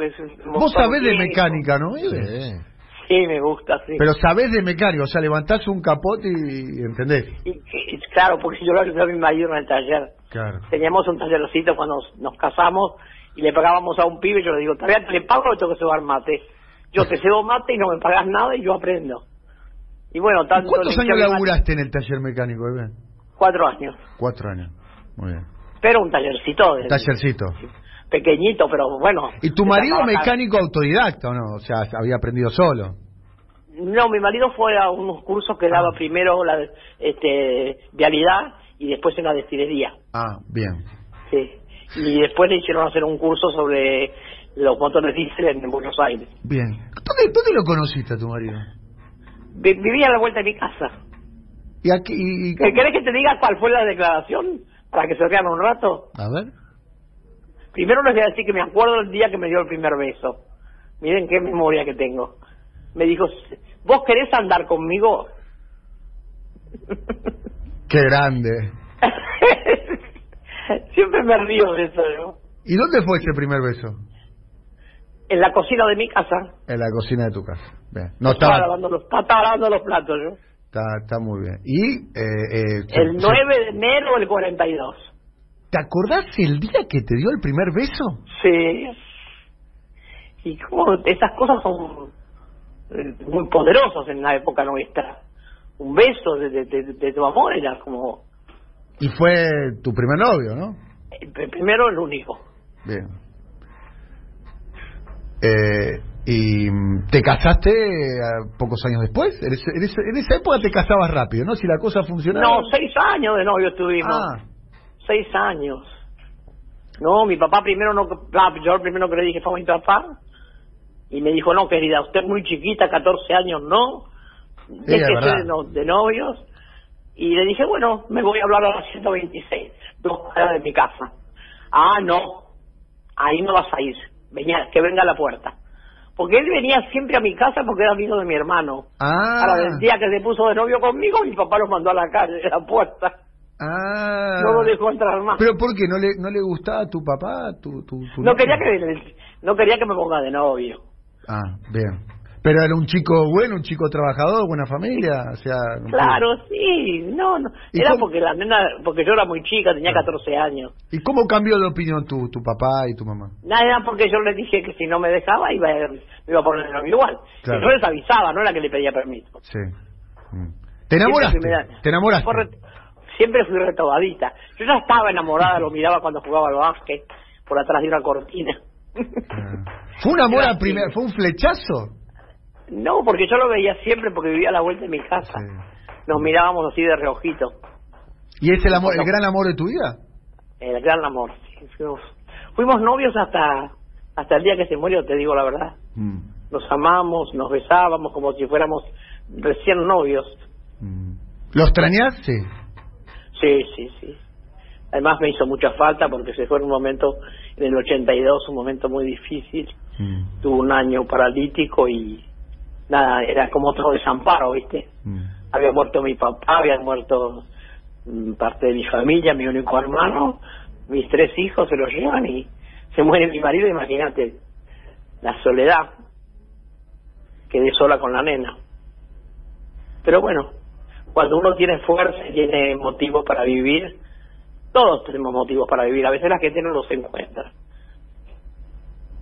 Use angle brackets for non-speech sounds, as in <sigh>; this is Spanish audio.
es un Vos sabés de montón mecánica, ¿no? Ibe? Sí. Sí, me gusta, sí. Pero sabés de mecánica, o sea, levantás un capote y, y entendés. Y que- claro, porque yo lo ayudaba a mi marido en el taller. Claro. Teníamos un tallercito cuando nos, nos casamos y le pagábamos a un pibe. Yo le digo, todavía te le pago o tengo que cebar mate. Yo te cebo mate y no me pagas nada y yo aprendo. Y bueno, tanto. ¿Cuántos le años cebo mate- laburaste en el taller mecánico, Ibe? Cuatro años. Cuatro años. Muy bien. Pero un tallercito. de- Tallercito. Pequeñito, pero bueno. ¿Y tu de marido trabajar. mecánico autodidacta o no? O sea, había aprendido solo. No, mi marido fue a unos cursos que Ah. daba primero la este, vialidad y después en la destilería. Ah, bien. Sí. Y después le hicieron hacer un curso sobre los motores diésel en Buenos Aires. Bien. ¿Dónde, dónde lo conociste a tu marido? Vi- vivía a la vuelta de mi casa. ¿Y aquí? y- y- ¿Qué- ¿Querés que te diga cuál fue la declaración? Para que se vean un rato. A ver. Primero les voy a decir que me acuerdo el día que me dio el primer beso. Miren qué memoria que tengo. Me dijo, ¿vos querés andar conmigo? <laughs> Qué grande. Siempre me río de eso, ¿no? ¿Y dónde fue ese primer beso? En la cocina de mi casa. En la cocina de tu casa. Bien. No Estaba estaba. lavando los, estaba lavando los platos, ¿no? Está, está muy bien. ¿Y? eh, eh, El se- 9 de enero del 42. se- ¿Te acordás el día que te dio el primer beso? Sí. Y como esas cosas son eh, muy poderosas en la época nuestra. Un beso de, de- de- de tu amor era como Y fue tu primer novio, ¿no? el pr- eh, primero el único. Bien. Eh, ¿Y mm, te casaste eh, pocos años después? En, ese- en ese- en esa época te casabas rápido, ¿no? Si la cosa funcionaba. No, seis años de novio estuvimos. Ah, Seis años. No, mi papá primero no... ah, yo lo primero que le dije fue a mi papá. Y me dijo, no, querida, usted es muy chiquita, 14 años, no. es Déjese verdad. de, no- de novios. Y le dije, bueno, me voy a hablar a las 126, dos cuadras de mi casa. Ah, no, ahí no vas a ir. Venía, que venga a la puerta. Porque él venía siempre a mi casa porque era amigo de mi hermano. ah, Ahora, el día que se puso de novio conmigo, mi papá lo mandó a la calle, a la puerta. ah. No lo dejó entrar más. ¿Pero por qué? ¿No le, no le gustaba a tu papá? Tu, tu, tu No novio? quería que no quería que me ponga de novio. Ah, bien. Pero era un chico bueno, un chico trabajador, buena familia, o sea... un pibe. Claro, sí, no, no. ¿Y Era cómo- porque la nena, porque yo era muy chica, tenía 14 años. ¿Y cómo cambió de opinión tu, tu papá y tu mamá? Nada, era porque yo le dije que si no me dejaba iba a, me iba a poner de novio igual. Claro. Y yo les avisaba, no era que le pedía permiso. Sí. Mm. ¿Te enamoraste? Siempre que me da- ¿Te enamoraste? Fue re- Siempre fui retobadita. Yo ya estaba enamorada, lo miraba cuando jugaba al básquet, por atrás de una cortina. Ah. ¿Fue un amor Era a primera, así. fue un <laughs> flechazo? No, porque yo lo veía siempre porque vivía a la vuelta de mi casa. Sí. Nos mirábamos así de reojito. ¿Y es el amor, el No. gran amor de tu vida? El gran amor. sí. Fuimos, fuimos novios hasta hasta el día que se murió, te digo la verdad. Nos amamos, nos besábamos como si fuéramos recién novios. ¿Lo extrañás? Sí. Sí, sí, sí. Además me hizo mucha falta porque se fue en un momento, en el 82, un momento muy difícil. Mm. Tuvo un año paralítico y nada, era como otro desamparo, ¿viste? Mm. Había muerto mi papá, habían muerto mm, parte de mi familia, mi único hermano, mis tres hijos se los llevan y se muere mi marido, imagínate, la soledad. Quedé sola con la nena. Pero bueno, cuando uno tiene fuerza y tiene motivos para vivir, todos tenemos motivos para vivir, a veces la gente no los encuentra.